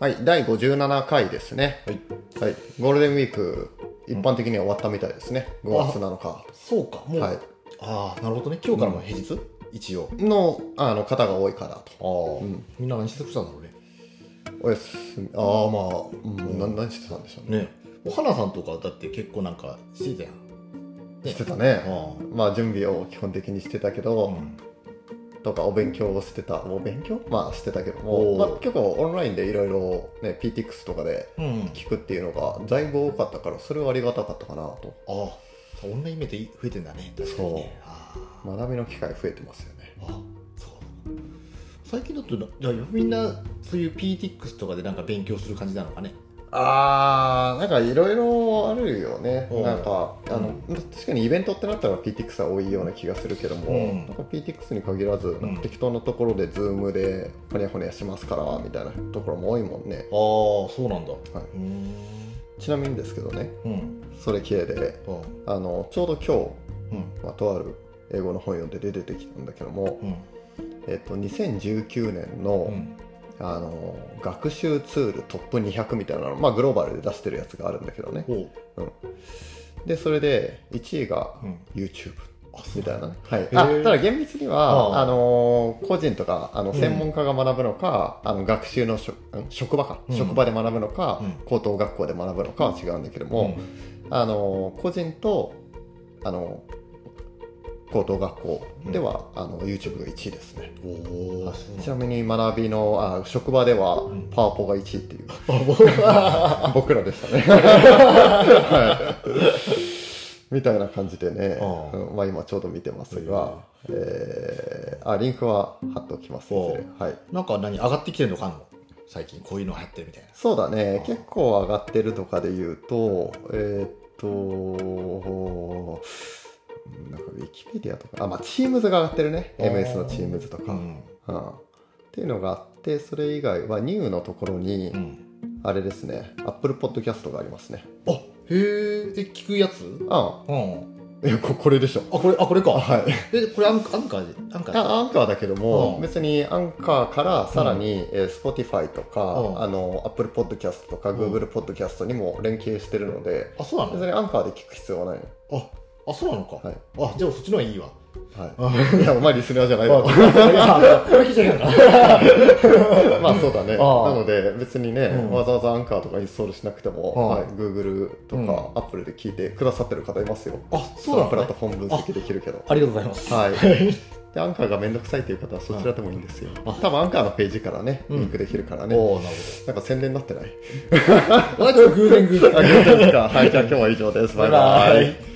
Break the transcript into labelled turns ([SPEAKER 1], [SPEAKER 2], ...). [SPEAKER 1] はい、第57回ですね。
[SPEAKER 2] は
[SPEAKER 1] は
[SPEAKER 2] い
[SPEAKER 1] い、ゴールデンウィーク、一般的には終わったみたいですね。5月7日
[SPEAKER 2] そうかもう、
[SPEAKER 1] はい
[SPEAKER 2] ああなるほどね今日からも平日、一応
[SPEAKER 1] のあの方が多いからと。
[SPEAKER 2] ああ、みんな何してたんだろうね
[SPEAKER 1] おやすみ、ああ、まあ、うん、な何してたんでしょうね。
[SPEAKER 2] ねお花さんとかだって結構なんかしてたやんね
[SPEAKER 1] してた
[SPEAKER 2] あ
[SPEAKER 1] ね。
[SPEAKER 2] あ
[SPEAKER 1] まあ、準備を基本的にしてたけ
[SPEAKER 2] う
[SPEAKER 1] ど、
[SPEAKER 2] ん
[SPEAKER 1] とか、お勉強をしてた。お勉強まあ、してたけど
[SPEAKER 2] お
[SPEAKER 1] も、
[SPEAKER 2] ー
[SPEAKER 1] まあ、結構オンラインでいろいろ、ね、PTX とかで
[SPEAKER 2] うん、
[SPEAKER 1] 聞くっていうのが、在庫多かったから、それはありがたかったかなと。
[SPEAKER 2] ああオンラインイベント増えてんだね確かにねああ
[SPEAKER 1] 学びの機会増えてますよね。
[SPEAKER 2] あそう最近だとなじゃあみんなそういう PTX とかでなんか勉強する感じなのかね
[SPEAKER 1] あーなんかいろいろあるよね、
[SPEAKER 2] うん
[SPEAKER 1] なんかあの、確かにイベントってなったら PTX は多いような気がするけども、
[SPEAKER 2] うん
[SPEAKER 1] なんか PTX に限らず、なんか適当なところで Zoom でほにゃほにゃしますからみたいなところも多いもんね
[SPEAKER 2] あ、あそうなんだ
[SPEAKER 1] はいう
[SPEAKER 2] ーん
[SPEAKER 1] ちなみにですけどね、
[SPEAKER 2] うん
[SPEAKER 1] それ系で、
[SPEAKER 2] あ
[SPEAKER 1] あのちょうど今
[SPEAKER 2] うん
[SPEAKER 1] 日、まあ、とある英語の本読んで出てきたんだけども、
[SPEAKER 2] うん
[SPEAKER 1] えっと、2019年
[SPEAKER 2] う
[SPEAKER 1] の,、
[SPEAKER 2] ん
[SPEAKER 1] あの学習ツールトップ200みたいなの、まあ、グローバルで出してるやつがあるんだけどね、
[SPEAKER 2] おう
[SPEAKER 1] でそれで1位が
[SPEAKER 2] うん
[SPEAKER 1] YouTube
[SPEAKER 2] あ
[SPEAKER 1] みたいなね、はい、
[SPEAKER 2] へ
[SPEAKER 1] あ
[SPEAKER 2] ー
[SPEAKER 1] ただ厳密に
[SPEAKER 2] あ
[SPEAKER 1] は
[SPEAKER 2] あ
[SPEAKER 1] あのー個人とかあの
[SPEAKER 2] うん
[SPEAKER 1] 専門家が学ぶのか、あの学習のしょん職場か、
[SPEAKER 2] うん
[SPEAKER 1] 職場で学ぶのか、
[SPEAKER 2] うん
[SPEAKER 1] 高等学校で学ぶのかは違うんだけども、あのー個人とあのー高等学校では、あの YouTube が1位ですね
[SPEAKER 2] うんおおそうなん
[SPEAKER 1] ち
[SPEAKER 2] だ
[SPEAKER 1] なみに学びのあ職場では
[SPEAKER 2] ん
[SPEAKER 1] パワポが1位っていう、
[SPEAKER 2] あ僕は
[SPEAKER 1] 僕らでしたね。はいみたいな感じでね、
[SPEAKER 2] ああ
[SPEAKER 1] うんまあ、今ちょうど見てますが、えーあリンクは貼っておきますいずれはい、
[SPEAKER 2] なんか何上がってきてるのかあんの最近こういうの流行ってるみたいな
[SPEAKER 1] そうだね
[SPEAKER 2] ああ
[SPEAKER 1] 結構上がってるとかで言うとえーっとなんかウィキペディアとかあまあ Teams が上がってるね
[SPEAKER 2] ああ
[SPEAKER 1] MS の Teams とか、
[SPEAKER 2] うん
[SPEAKER 1] うんっていうのがあってそれ以外は NEW のところに、
[SPEAKER 2] うん
[SPEAKER 1] あれですね Apple Podcast がありますね
[SPEAKER 2] あへえで聞くやつう
[SPEAKER 1] あ
[SPEAKER 2] ん
[SPEAKER 1] えここれでしょ
[SPEAKER 2] あこれあこれか
[SPEAKER 1] はい
[SPEAKER 2] えこれアンカーアンカーでアンカーで
[SPEAKER 1] あアンカーだけども、
[SPEAKER 2] うん
[SPEAKER 1] 別にアンカーからさらに、えー Spotify とか、
[SPEAKER 2] うん
[SPEAKER 1] あの Apple Podcast とか
[SPEAKER 2] ん
[SPEAKER 1] Google Podcast にも連携してるので、
[SPEAKER 2] あそうなの
[SPEAKER 1] 別にアンカーで聞く必要はない
[SPEAKER 2] ああそうなのか、
[SPEAKER 1] はい
[SPEAKER 2] あじゃあそっちの方がいいわ
[SPEAKER 1] の、
[SPEAKER 2] あ
[SPEAKER 1] はい、い やお前リスナーじゃないだ
[SPEAKER 2] あ
[SPEAKER 1] ろ
[SPEAKER 2] ごめんなさいあこれ聞いちゃいかんか
[SPEAKER 1] まあそうだねな
[SPEAKER 2] ああ
[SPEAKER 1] ので別にね、
[SPEAKER 2] うん
[SPEAKER 1] わざわざアンカーとかインストールしなくても、
[SPEAKER 2] ああ
[SPEAKER 1] はい、Google とか Apple で聞いてくださってる方いますよ、
[SPEAKER 2] あそうなの
[SPEAKER 1] プ
[SPEAKER 2] か、
[SPEAKER 1] ラッ
[SPEAKER 2] ね
[SPEAKER 1] ト、フォーム分析できるけど
[SPEAKER 2] ありがとうございます
[SPEAKER 1] はい
[SPEAKER 2] い
[SPEAKER 1] でアンカーがめんどくさいという方はそちらでもいいんですよ
[SPEAKER 2] あ
[SPEAKER 1] 多分アンカーのページからね
[SPEAKER 2] うん
[SPEAKER 1] リンクできるからね、
[SPEAKER 2] おおなる
[SPEAKER 1] なんか宣伝になってない
[SPEAKER 2] ほどあちょっと偶然偶然
[SPEAKER 1] ありがとうございますか。はい、じゃあ今日は以上です。バイバ
[SPEAKER 2] バイバ
[SPEAKER 1] イ
[SPEAKER 2] イ。